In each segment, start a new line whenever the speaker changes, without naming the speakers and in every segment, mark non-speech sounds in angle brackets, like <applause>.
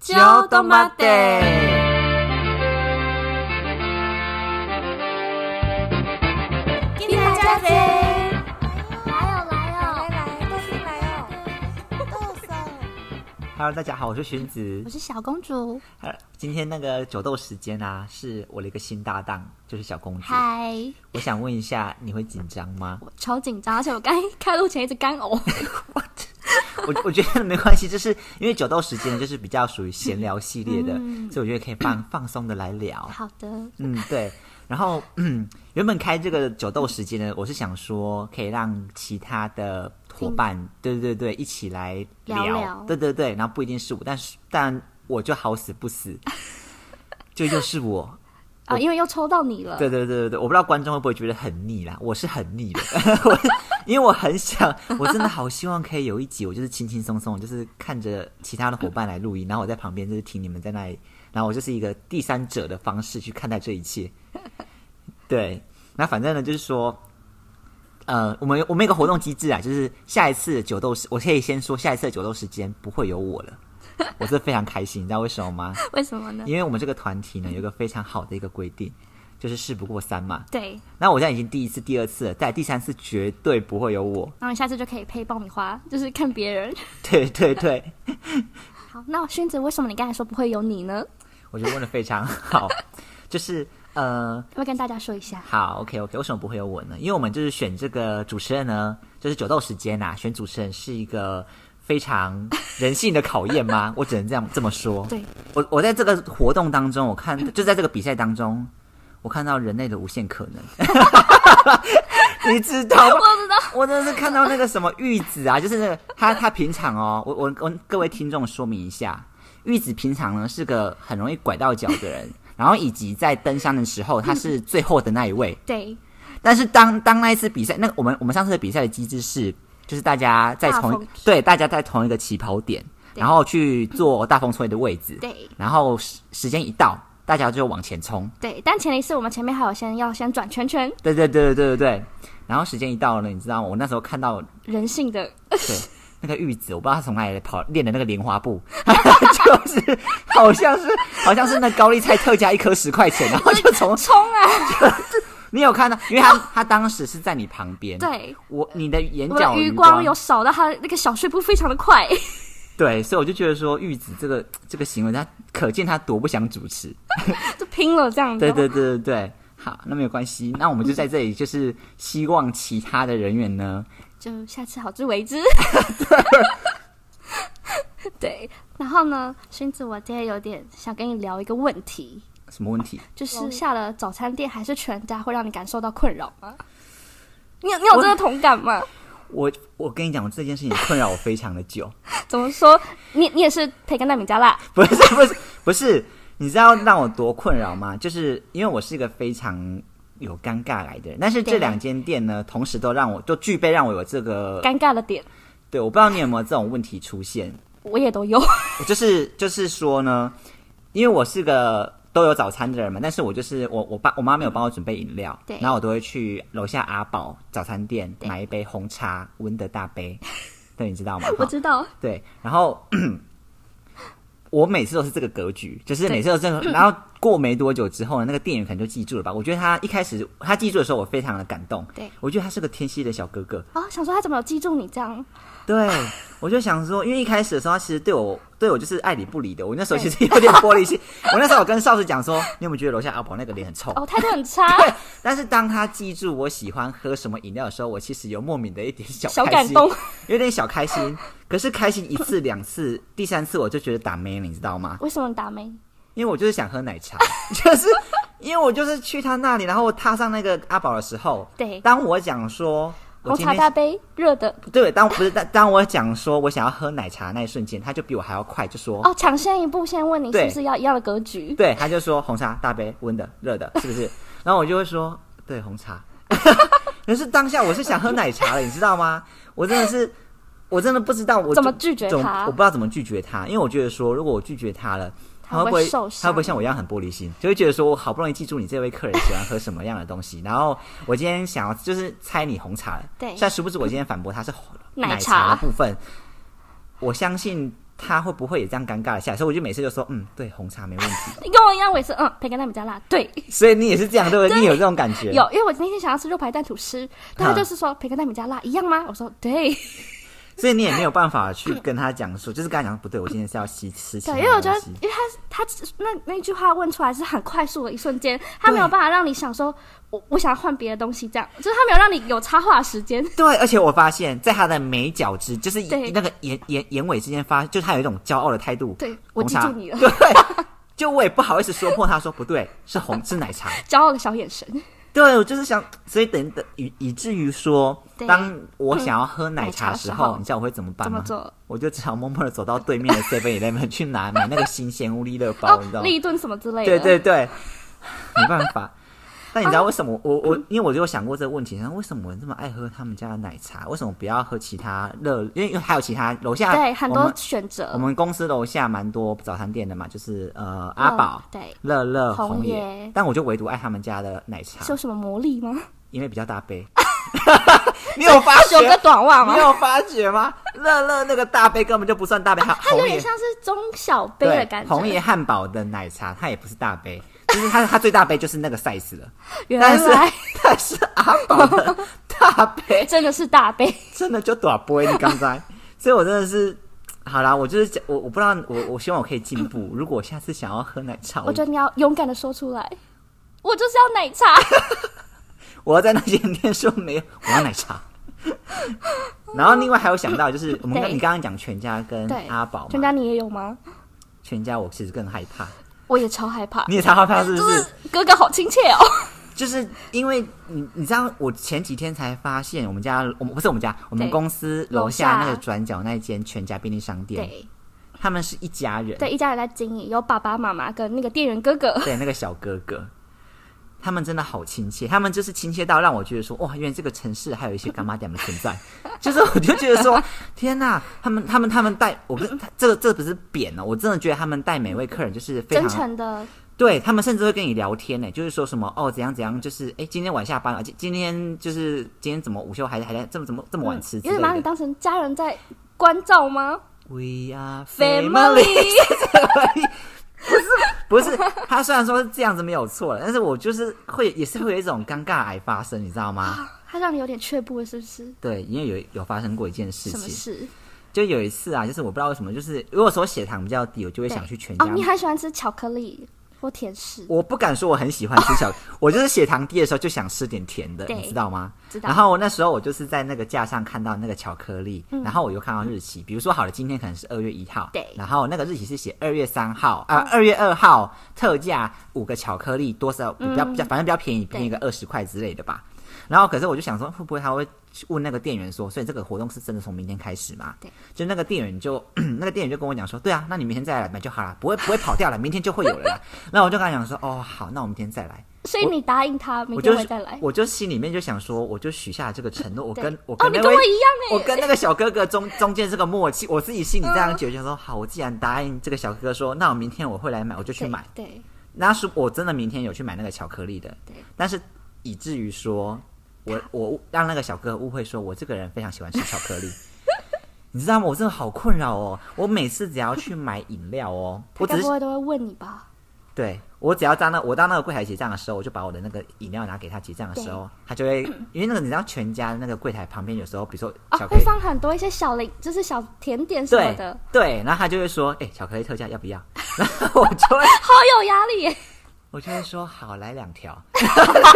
就都马得。
给大家飞，
来哦来
来
哦，
来，都是来哦，豆生，
Hello，大家好，我是荀子
我。是小公主，
呃今天那个酒豆时间啊，是我的一个新搭档，就是小公主。
嗨，
我想问一下，你会紧张吗？
我超紧张，而且我刚开录前一直干呕。
我 <laughs> 我觉得没关系，就是因为酒豆时间就是比较属于闲聊系列的，所以我觉得可以放放松的来聊。
好的，
嗯，对。然后，嗯，原本开这个酒豆时间呢，我是想说可以让其他的伙伴，对对对，一起来聊，
聊聊
对对对，然后不一定是我，但是但我就好死不死，就又是我，
啊，因为又抽到你了，
对对对对对，我不知道观众会不会觉得很腻啦，我是很腻的， <laughs> 我因为我很想，我真的好希望可以有一集，我就是轻轻松松，就是看着其他的伙伴来录音，然后我在旁边就是听你们在那里，然后我就是一个第三者的方式去看待这一切。 <laughs> 对，那反正呢，就是说。呃，我们我们有一个活动机制啊，就是下一次的酒斗时，我可以先说下一次的酒斗时间不会有我了，我是非常开心，你知道为什么吗？
为什么呢？
因为我们这个团体呢，有一个非常好的一个规定，就是事不过三嘛。
对，
那我现在已经第一次、第二次了，在第三次绝对不会有我。
然后你下次就可以配爆米花，就是看别人。
对对对， <laughs>
好，那勋子，为什么你刚才说不会有你呢？
我觉得问的非常好，就是呃，
要不要跟大家说一下？
好，OK OK，为什么不会有我呢？因为我们就是选这个主持人呢，就是九斗时间呐、选主持人是一个非常人性的考验
<laughs>
吗？我只能这样这么说。
对，
我我在这个活动当中，我看就在这个比赛当中，我看到人类的无限可
<laughs>
能。你知道吗？
我知道，
我真的是看到那个什么玉子啊，就是那个他他平常哦，我我我各位听众说明一下，玉子平常呢是个很容易拐到脚的人， <laughs> 然后以及在登山的时候他是最后的那一位， <laughs>
对，
但是当当那一次比赛，那个我们我们上次的比赛的机制是，就是大家在
大
同
风起
对大家在同一个起跑点，然后去做大风吹的位置，
对，
然后时时间一到，大家就往前冲。
对，但前提是我们前面还有先要先转圈圈，
对对对对对对对，然后时间一到了，你知道吗？我那时候看到
人性的 <laughs>
对，那个玉子，我不知道他从哪里跑练的那个莲花步， <laughs> 就是好像是好像是那高丽菜特价一颗十块钱，然后就从
冲啊！
你有看到，因为他他当时是在你旁边，，
哦对，
我你的眼
我
角
的余光有扫到他那个小碎步非常的快，
对，所以我就觉得说玉子这个这个行为，他可见他多不想主持，
<laughs> 就拼了这样子。
对对对对对。好，那没有关系，那我们就在这里，就是希望其他的人员呢，
就下次好自为
<laughs>
之。对，然后呢，勋子，我今天有点想跟你聊一个问题，
什么问题？
就是下了早餐店还是全家会让你感受到困扰吗？你有你有这个同感吗？
我我跟你讲，这件事情困扰我非常的久， <laughs>
怎么说？你你也是培根蛋饼加辣，
不是不是不是，你知道让我多困扰吗？就是因为我是一个非常有尴尬来的人，但是这
对
两间店呢，同时都让我都具备让我有这个，
尴尬的点
对，我不知道你有没有这种问题出现，
我也都有。
我就是就是说呢，因为我是个。都有早餐的人嘛，但是我就是我我爸我妈没有帮我准备饮料，
对
然后我都会去楼下阿宝早餐店买一杯红茶，温的大
<laughs>
杯，对，你知道吗？
我知道，
对，然后 <clears throat> 我每次都是这个格局，就是
对
每次都是
<laughs>
这个。然后过没多久之后呢，那个店员可能就记住了吧？我觉得他一开始他记住的时候，我非常的感动。
对
我觉得他是个天蝎的小哥哥。
啊、想说他怎么有记住你这样？ <laughs>
对，我就想说，因为一开始的时候，他其实对我对我就是爱理不理的。我那时候其实有点玻璃心。我那时候我跟少子讲说，你有没有觉得楼下阿宝那个脸很臭？
哦，态度很
<laughs>
差，
对，但是当他记住我喜欢喝什么饮料的时候，我其实有莫名的一点小
小
开
感
心
动，
有点小开心。可是开心一次、两次、第三次，我就觉得打没了，你知道吗？
为什么你打没？
因为我就是想喝奶茶， <laughs> 就是因为我就是去他那里，然后我踏上那个阿宝的时候，
对
当我讲说我
红
今
茶
天
大杯热的
对，当不是当当我讲说我想要喝奶茶的那一瞬间，他就比我还要快，就说
哦，抢先一步先问你是
对
不是要一样的格局？
对，他就说红茶大杯温的热的，是不是？然后我就会说对红茶， <laughs> 可是当下我是想喝奶茶的，你知道吗？我真的是，我真的不知道我
怎么拒绝
怎么
他
我不知道怎么拒绝他，因为我觉得说如果我拒绝他了。
他
他会
会
不会
受
他会不
伤
会像我一样很玻璃心？就会觉得说我好不容易记住你这位客人喜欢喝什么样的东西，然后我今天想要就是猜你红茶了，
对
但殊不知我今天反驳他是
奶
奶茶的
茶
部分，我相信他会不会也这样尴尬的下来？所以我就每次就说，嗯，对，红茶没问题。
你跟我一样，我也是，嗯，培根蛋比较辣，对，
所以你也是这样，对不对？你有这种感觉？
有，因为我今天想要吃肉排蛋吐司，但他就是说培根蛋比较辣，一样吗？我说对，
所以你也没有办法去跟他讲说，就是跟他讲不对，我今天是要吸吃其他
对，
东
因为我觉得
西，
因为他他那那句话问出来是很快速的一瞬间，他没有办法让你想说，我我想要换别的东西，这样，就是他没有让你有插话时间，
对，而且我发现，在他的眉角之，就是
对
那个眼眼眼尾之间发，就是他有一种骄傲的态度。
对我
红
记
茶
住你了
对，就我也不好意思说破他说不对，是红是奶茶。
骄傲的小眼神，
对，我就是想，所以等等以以至于说，
对嗯
当我想要喝奶
奶茶
茶的时
的时
候，
候
你知道我会怎么办
怎么
吗？
做？
我就只好默默的走到对面的 Seven Eleven 去拿买那 <laughs> 个新鲜乌力乐包，
哦
你知道，吗？
立顿什么之类的，
对对对，没办法。 <laughs> 但你知道为什么我我因为我就有想过这个问题，然后为什么我那么爱喝他们家的奶茶？为什么不要喝其他热？因为因为还有其他楼下
对，很
我
多
们
选择
我，们公司楼下蛮多早餐店的嘛，就是呃阿
嗯
宝、
对
乐乐、
红
红
爷
但我就唯独爱他们家的奶茶
是，有什么魔力吗？
因为比较大
<laughs>
杯。你有发
<laughs> 是有个
觉？
短袜 <laughs> 吗
你？有发觉吗？乐乐那个大杯根本就不算大杯，它
啊它有
红
点
爷
像是中小杯
对，
的感觉。
红爷汉堡的奶茶，它也不是大杯，就是它它最大杯就是那个 size 了。
原
但是
来
但是阿宝的大杯
真的是大杯，
真的就短杯，你刚
<laughs>
才，所以我真的是。好啦，我就是讲我我不知道我我希望我可以进步。如果我下次想要喝奶茶，
我
我
觉得你要勇敢的说出来，我就是要奶茶。
我要在那间店说
<laughs>
没有，我要奶茶。然后另外还有想
<laughs>
到就是我们刚
对
你刚刚讲全家跟
对，
阿宝嘛，
全家你也有吗？
全家我其实更害怕，
我也超害怕，
你也超
<laughs>
害怕是不？
就是是哥哥好亲
<laughs>
切哦。
就是因为你，你知道，我前几天才发现，我们家，我们不是我们家，我们公司楼下那个转角那一间全家便利商店，
对
他们是一家人，
对，一家人在经营，有爸爸妈妈跟那个店员哥哥。
对那个小哥哥，他们真的好亲切，他们就是亲切到让我觉得说，哇，原来这个城市还有一些干妈店的存在， <laughs> 就是我就觉得说，天呐，他们他们他们带我跟这个这不是贬哦，我真的觉得他们带每位客人就是非
真
常
诚的，
对他们甚至会跟你聊天呢，就是说什么哦怎样怎样，就是哎今天晚下班了，今今天就是今天怎么午休还还在这么怎么这么晚吃
嗯
之
有
类
点把你
的。
当成家人在关照吗
We are family， <laughs>
？Family，
不是他虽然说是这样子没有错了，但是我就是会也是会有一种尴尬癌发生，你知道吗？
他让你有点却步了，是不是？
对，因为有有发生过一件事
什么
情，
事？
就有一次啊，就是我不知道为什么，就是如果说血糖比较低，我就会
对
想去全家
哦，你很喜欢吃巧克力或甜食，
我不敢说我很喜欢吃
<laughs>
小，我就是血糖低的时候就想吃点甜的，
对
你知道吗？
知道
然后那时候我就是在那个架上看到那个巧克力，然后我又看到日期，比如说好了，今天可能是二月一号，
嗯对嗯
然后那个日期是写二月三号啊，二、月二号特价五个巧克力多少，比较
嗯
比较反正比较便宜，便宜个二十块之类的吧。然后可是我就想说，会不会他会问那个店员说，所以这个活动是真的从明天开始吗？
对，
就那个店员就 <clears throat> 那个店员就跟我讲说，对啊，那你明天再来买就好了，不会不会跑掉了，明天就会有了啦。 <laughs> 那我就跟他讲说，哦，好，那我明天再来。
所以你答应他明
我
天
就
会再来。
我就心里面就想说，我就许下这个承诺，我
对
跟我
哦，
跟
你
那
跟
位、
我一样哎，
<laughs> 我跟那个小哥哥中中间这个默契，我自己心里这样觉
<laughs>
得，想说好，我既然答应这个小哥哥说，那我明天我会来买，我就去
对
买。
对，
那是我真的明天有去买那个巧克力的
对，
但是以至于说我我让那个小哥哥误会说我这个人非常喜欢吃巧克力， <laughs> 你知道吗？我真的好困扰哦！我每次只要去买饮料哦，
他
我只
该
是
不会都会问你吧？
对我只要到那我到那个柜台结账的时候，我就把我的那个饮料拿给他结账的时候，他就会因为那个你知道全家的那个柜台旁边有时候比如说
哦
巧，克
会
力。
放很多一些小零，就是小甜点什么
对
的，
对，然后他就会说：“哎、巧克力特价要不要？”然后我就会
<laughs> 好有压力耶！
我就会说：“好，来两条。”
<laughs>
<laughs>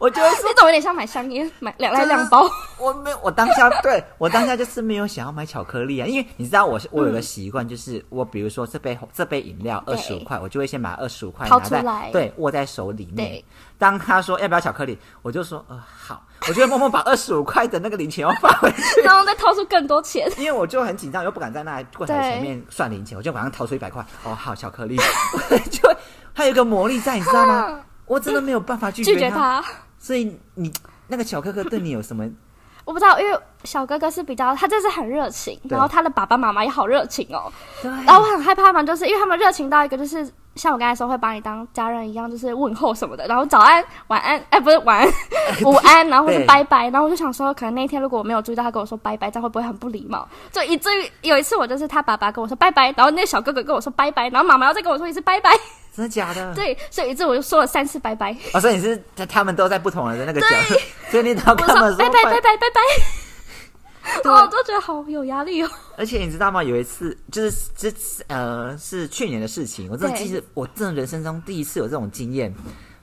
我就会说
这种有点像买香烟，买两
啊
来两包。
我没有，我当下对我当下就是没有想要买巧克力啊，因为你知道我是我有个习惯，就是我比如说这杯这杯饮料
对
二十五块，我就会先把二十五块
掏
拿
出
在
来
对握在手里面
对。
当他说要不要巧克力，我就说呃好，我就会默默把二十五块的那个零钱又放回去，
然后再掏出更多钱。
<laughs> 因为我就很紧张，又不敢在那柜台前面算零钱，我就马上掏出一百块，哦好巧克力， <laughs> 我就它有一个魔力在，你知道
<laughs>
吗？我真的没有办法拒
拒绝
绝他，
他。
所以你那个小哥哥对你有什么？
我不知道，因为小哥哥是比较，他真的是很热情，
对
然后他的爸爸妈妈也好热情哦。
对
然后我很害怕嘛，就是因为他们热情到一个，就是像我刚才说会把你当家人一样，就是问候什么的，然后早安、晚安，哎，不是晚安，
<laughs>
午安，然后或是
对
拜拜，然后我就想说，可能那一天如果我没有注意到他跟我说拜拜，这样会不会很不礼貌？就以至于有一次我就是他爸爸跟我说拜拜，然后那个小哥哥跟我说拜拜，然后妈妈又再跟我说一次拜 <laughs> 拜，
真的假的？
对，所以以致我就说了三次拜拜，
哦，所以你是他他们都在不同人的那个角色， <laughs> 所以你要
我
跟
说
他们
拜拜拜拜拜拜，
对
哦，我都觉得好有压力哦。
而且你知道吗？有一次就是这次呃是去年的事情，我真的
对
记得，我真的人生中第一次有这种经验，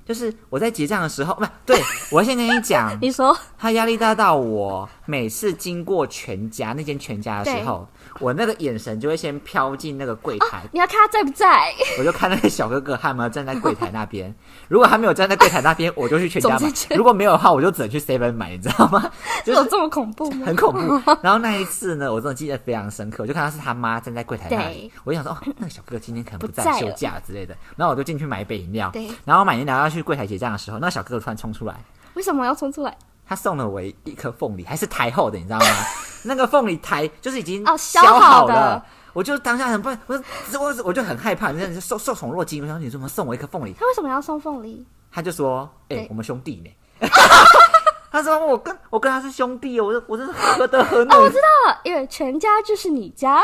就是我在结账的时候，不是，对我要先跟你
<laughs>
讲，
你说
他压力大到我每次经过全家那间全家的时候，我那个眼神就会先飘进那个柜台，
你要看他在不在，
我就看那个小哥哥他有没有站在柜台那边。如果他没有站在柜台那边，我就去全家
走
买
进；去
如果没有的话，我就只能去 Seven 买，你知道吗？就
有
是
这么恐怖吗？
很恐怖。然后那一次呢，我真的记得非常深刻，我就看到是他妈站在柜台那里
对，
我就想说，哦，那个小哥哥今天可能不在
不在
休
了
假之类的。然后我就进去买一杯饮料
对，
然后买饮料要去柜台结账的时候，那个小哥哥突然冲出来，
为什么要冲出来？
他送了我一颗凤梨，还是台后的，你知道吗？ <laughs> 那个凤梨台就是已经
哦削
削好
好的
了。我就当下很不，我我我就很害怕，你知道你受受宠若惊。我想你怎么送我一颗凤梨？
他为什么要送凤梨？
他就说：“哎、
对
我们兄弟呢。” <laughs> 他说：“我跟我跟他是兄弟哦，我就我真是何德何能。
哦，我知道了，因为全家就是你家，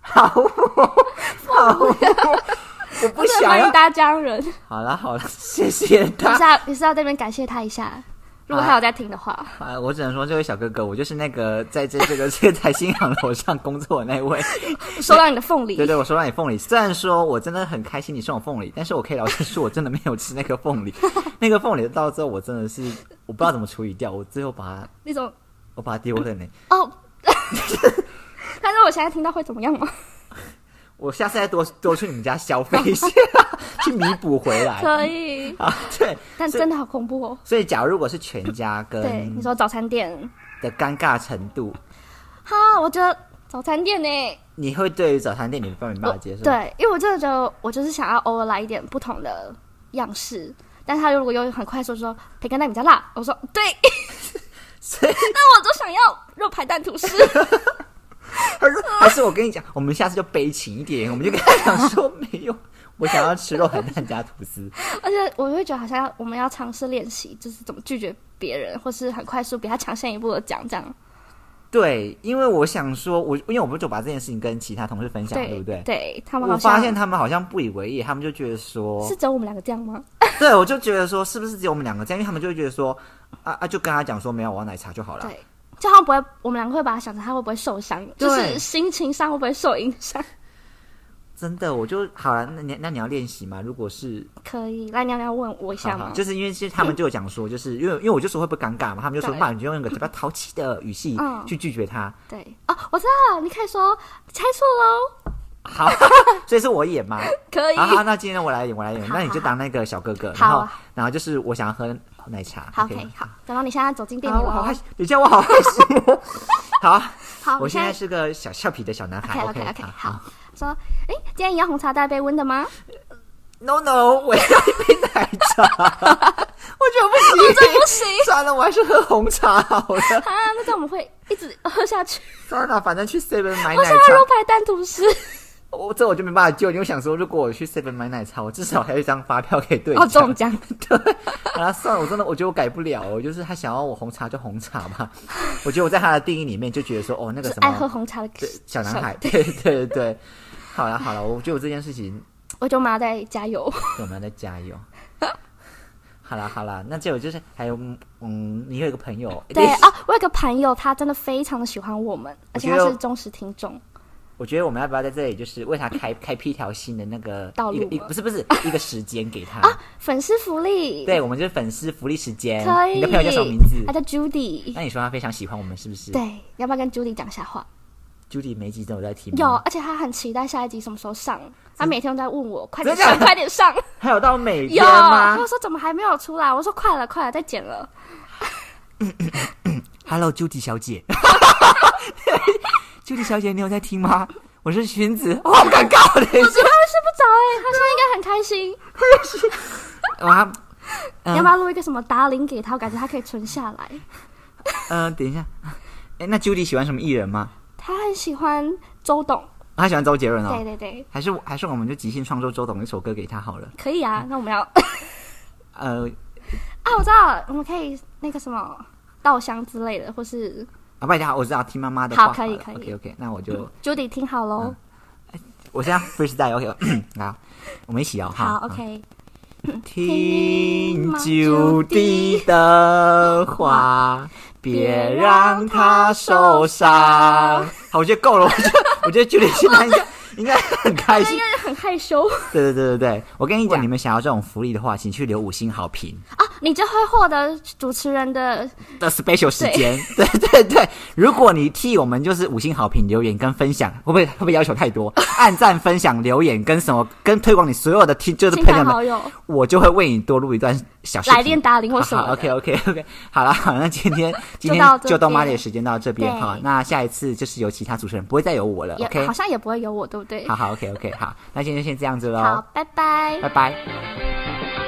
好我，好我，我不
不能
想
把
要
你。当家人。
好了好了，谢
<laughs>
谢
你是
他。
要你是要这边感谢他一下，如果他有在听的话，
啊，我只能说这位小哥哥，我就是那个在这这个这个台新航楼上工作的那位。
收到你的凤梨
对，对，我收到你凤梨。虽然说我真的很开心你送我凤梨，但是我可以老实说，我真的没有吃那个凤梨。那个凤梨到最后我真的是我不知道怎么处理掉，我最后把它
那种
我把它丢了呢。
哦。 <laughs> 但是我现在听到会怎么样吗？
我下次再多多去你们家消费一下，去弥补回来。
可以，
啊，对，
但
所以
真的好恐怖哦。
所以假如如果是全家
对，
跟
你说早餐店，
的尴尬程度，
哈，我觉得早餐店呢，
你会对于早餐店你没办法接受？，
对，因为我真的觉得我就是想要偶尔来一点不同的样式。但是他如果又很快速说培根蛋比较辣，我说对，
所以
那我就想要肉排蛋吐司。
他说还是我跟你讲，我们下次就悲情一点，我们就跟他讲说 <laughs> 没有，我想要吃肉海蛋加吐司。
<laughs>
<laughs>
而且我会觉得好像要我们要尝试练习，就是怎么拒绝别人，或是很快速比他抢先一步的讲这样。
对，因为我想说，我因为我不是就把这件事情跟其他同事分享，对
对
不对？
他们
我
好
发
像
现他们好像不以为意，他们就觉得说，
是只有我们两个这样吗？
对我就觉得说，是不是只有我们两个这样？因为他们就会觉得说，啊啊，就跟他讲说没有，我要奶茶就好了。
对，就好像不会，我们两个会把他想成他会不会受伤，就
对
是心情上会不会受影响？
真的，我就好了。那你那你要练习吗？如果是
可以，来娘娘问我一下
好
吗
好，？就是因为其实他们就有讲说，就是 <laughs> 因为因为我就说会不会尴尬嘛，他们就说
对
嘛，你就用一个比较淘气的语气
嗯
去拒绝他。
对，哦，我知道了，你可以说猜错喽，
好，所以是我演嘛。
可以。
好好，那今天我来演，我来演，
好
那你就
好
当那个小哥哥，
哎好
然后
啊
然后就是我想要喝奶茶。
好
OK
，OK，好，等到你现在走进店里
啊，我
了
好害
哦。
羞，等一下我好害羞。好，啊
好，
我
你
现在是个小俏皮的小男孩。
OK OK
OK，嗯
好。说，哎，今天你要红茶带杯温的吗？
No No，我要一杯奶茶。 <laughs> 我觉得不
这
行，
不行
算了，我还是喝红茶好了。
啊，那这样我们会一直喝下 <laughs> 去。
算了，反正去 Seven 买
我
奶
想要
茶
肉，排蛋吐 <laughs> 司。
我这我就没办法救你。我想说，如果我去 Seven 买奶茶，我至少还有一张发票可以兑
哦，
奖
中。奖！
<laughs> 对，啊，算了，我真的我觉得我改不了，我就是他想要我红茶就红茶吧。我觉得我在他的定义里面就觉得说，哦，那个
是
什
爱喝
么
红茶的
对小男孩，对对对对。好了好了，我觉得我这件事情
我舅妈在加油。
我们要再加油。好啦好啦，那这我就是还有嗯，你有一个朋友，
对
诶
啊，我有个朋友，他真的非常的喜欢我们，
我
而
觉
且
得
他是忠实听众。
我觉得我们要不要在这里就是为他开开辟一条新的那个
道路啊
一个一
吗
不是不是一个时间给他。
粉丝福利，
对，我们就是粉丝福利时间。
可以。
你的朋友叫什么名字哎
他？叫 Judy。
那你说他非常喜欢我们是不是？
对，要不要跟 Judy 讲一下话？
，Judy 每一集都有在听。
有，，而且他很期待下一集什么时候上，他每天都在问我，快
真
点
的假
上，
的
快点上。
还有到每
有，
天吗
他说怎么还没有出来？我说快了，快了，再
<laughs>
剪了。
？Hello Judy
<laughs>
小姐，Judy 小姐，你有在听吗？我是荀子，哦好尴尬，等一
我觉得他会睡不着哎、<laughs>
欸
他现在应该很开心。
下，哇，嗯
你要不要录一个什么达令给他？我感觉他可以存下来。
呃嗯、等一下，哎，那 Judy 喜欢什么艺人吗？
他很喜欢周董，
他喜欢周杰伦
对
哦，
对对，
还是还是我们就即兴创作周董一首歌给他好了。
可以啊。 <laughs> 那我们要啊，
呃，
我知道，我们可以那个什么稻香之类的，或是
啊，不然等一下我知道听妈妈的话
好可以可以
OK OK，那我就
Judy 听好
嗯
喽。
我现在 freestyle OK，好， <clears throat> 我们一起哦。
好，OK。
听九弟的话，别让他受伤。好，我觉得够了，我觉得我觉得 Julie 现在应该 <laughs> 应该很开
他
心
应。该很害羞 <laughs> 啊
对对对对对，我跟你
对啊
讲，你们想要这种福利的话，请去留五星好评
啊，你就会获得主持人的
的 special 时
<laughs>
间。对对对，如果你替我们就是五星好评、留言跟分享，会不会会不会要求
<laughs>
太多？按赞、分享、留言跟什么跟推广你所有的听就是
亲
朋友
朋
们
好，友
我就会为你多录一段小视频
来电打铃或什么
啊好
的。
，OK OK <laughs> OK，好了好了，那今
<laughs>
天今
到
天
这
就到妈
边
的时间到这边
对
哈，那下一次就是由其他主持人，不会再有我了
也
，OK？
好像也不会有我，对不对？
好好 OK OK，好，那今天就先这样子
好
喽，，
拜拜
拜。拜。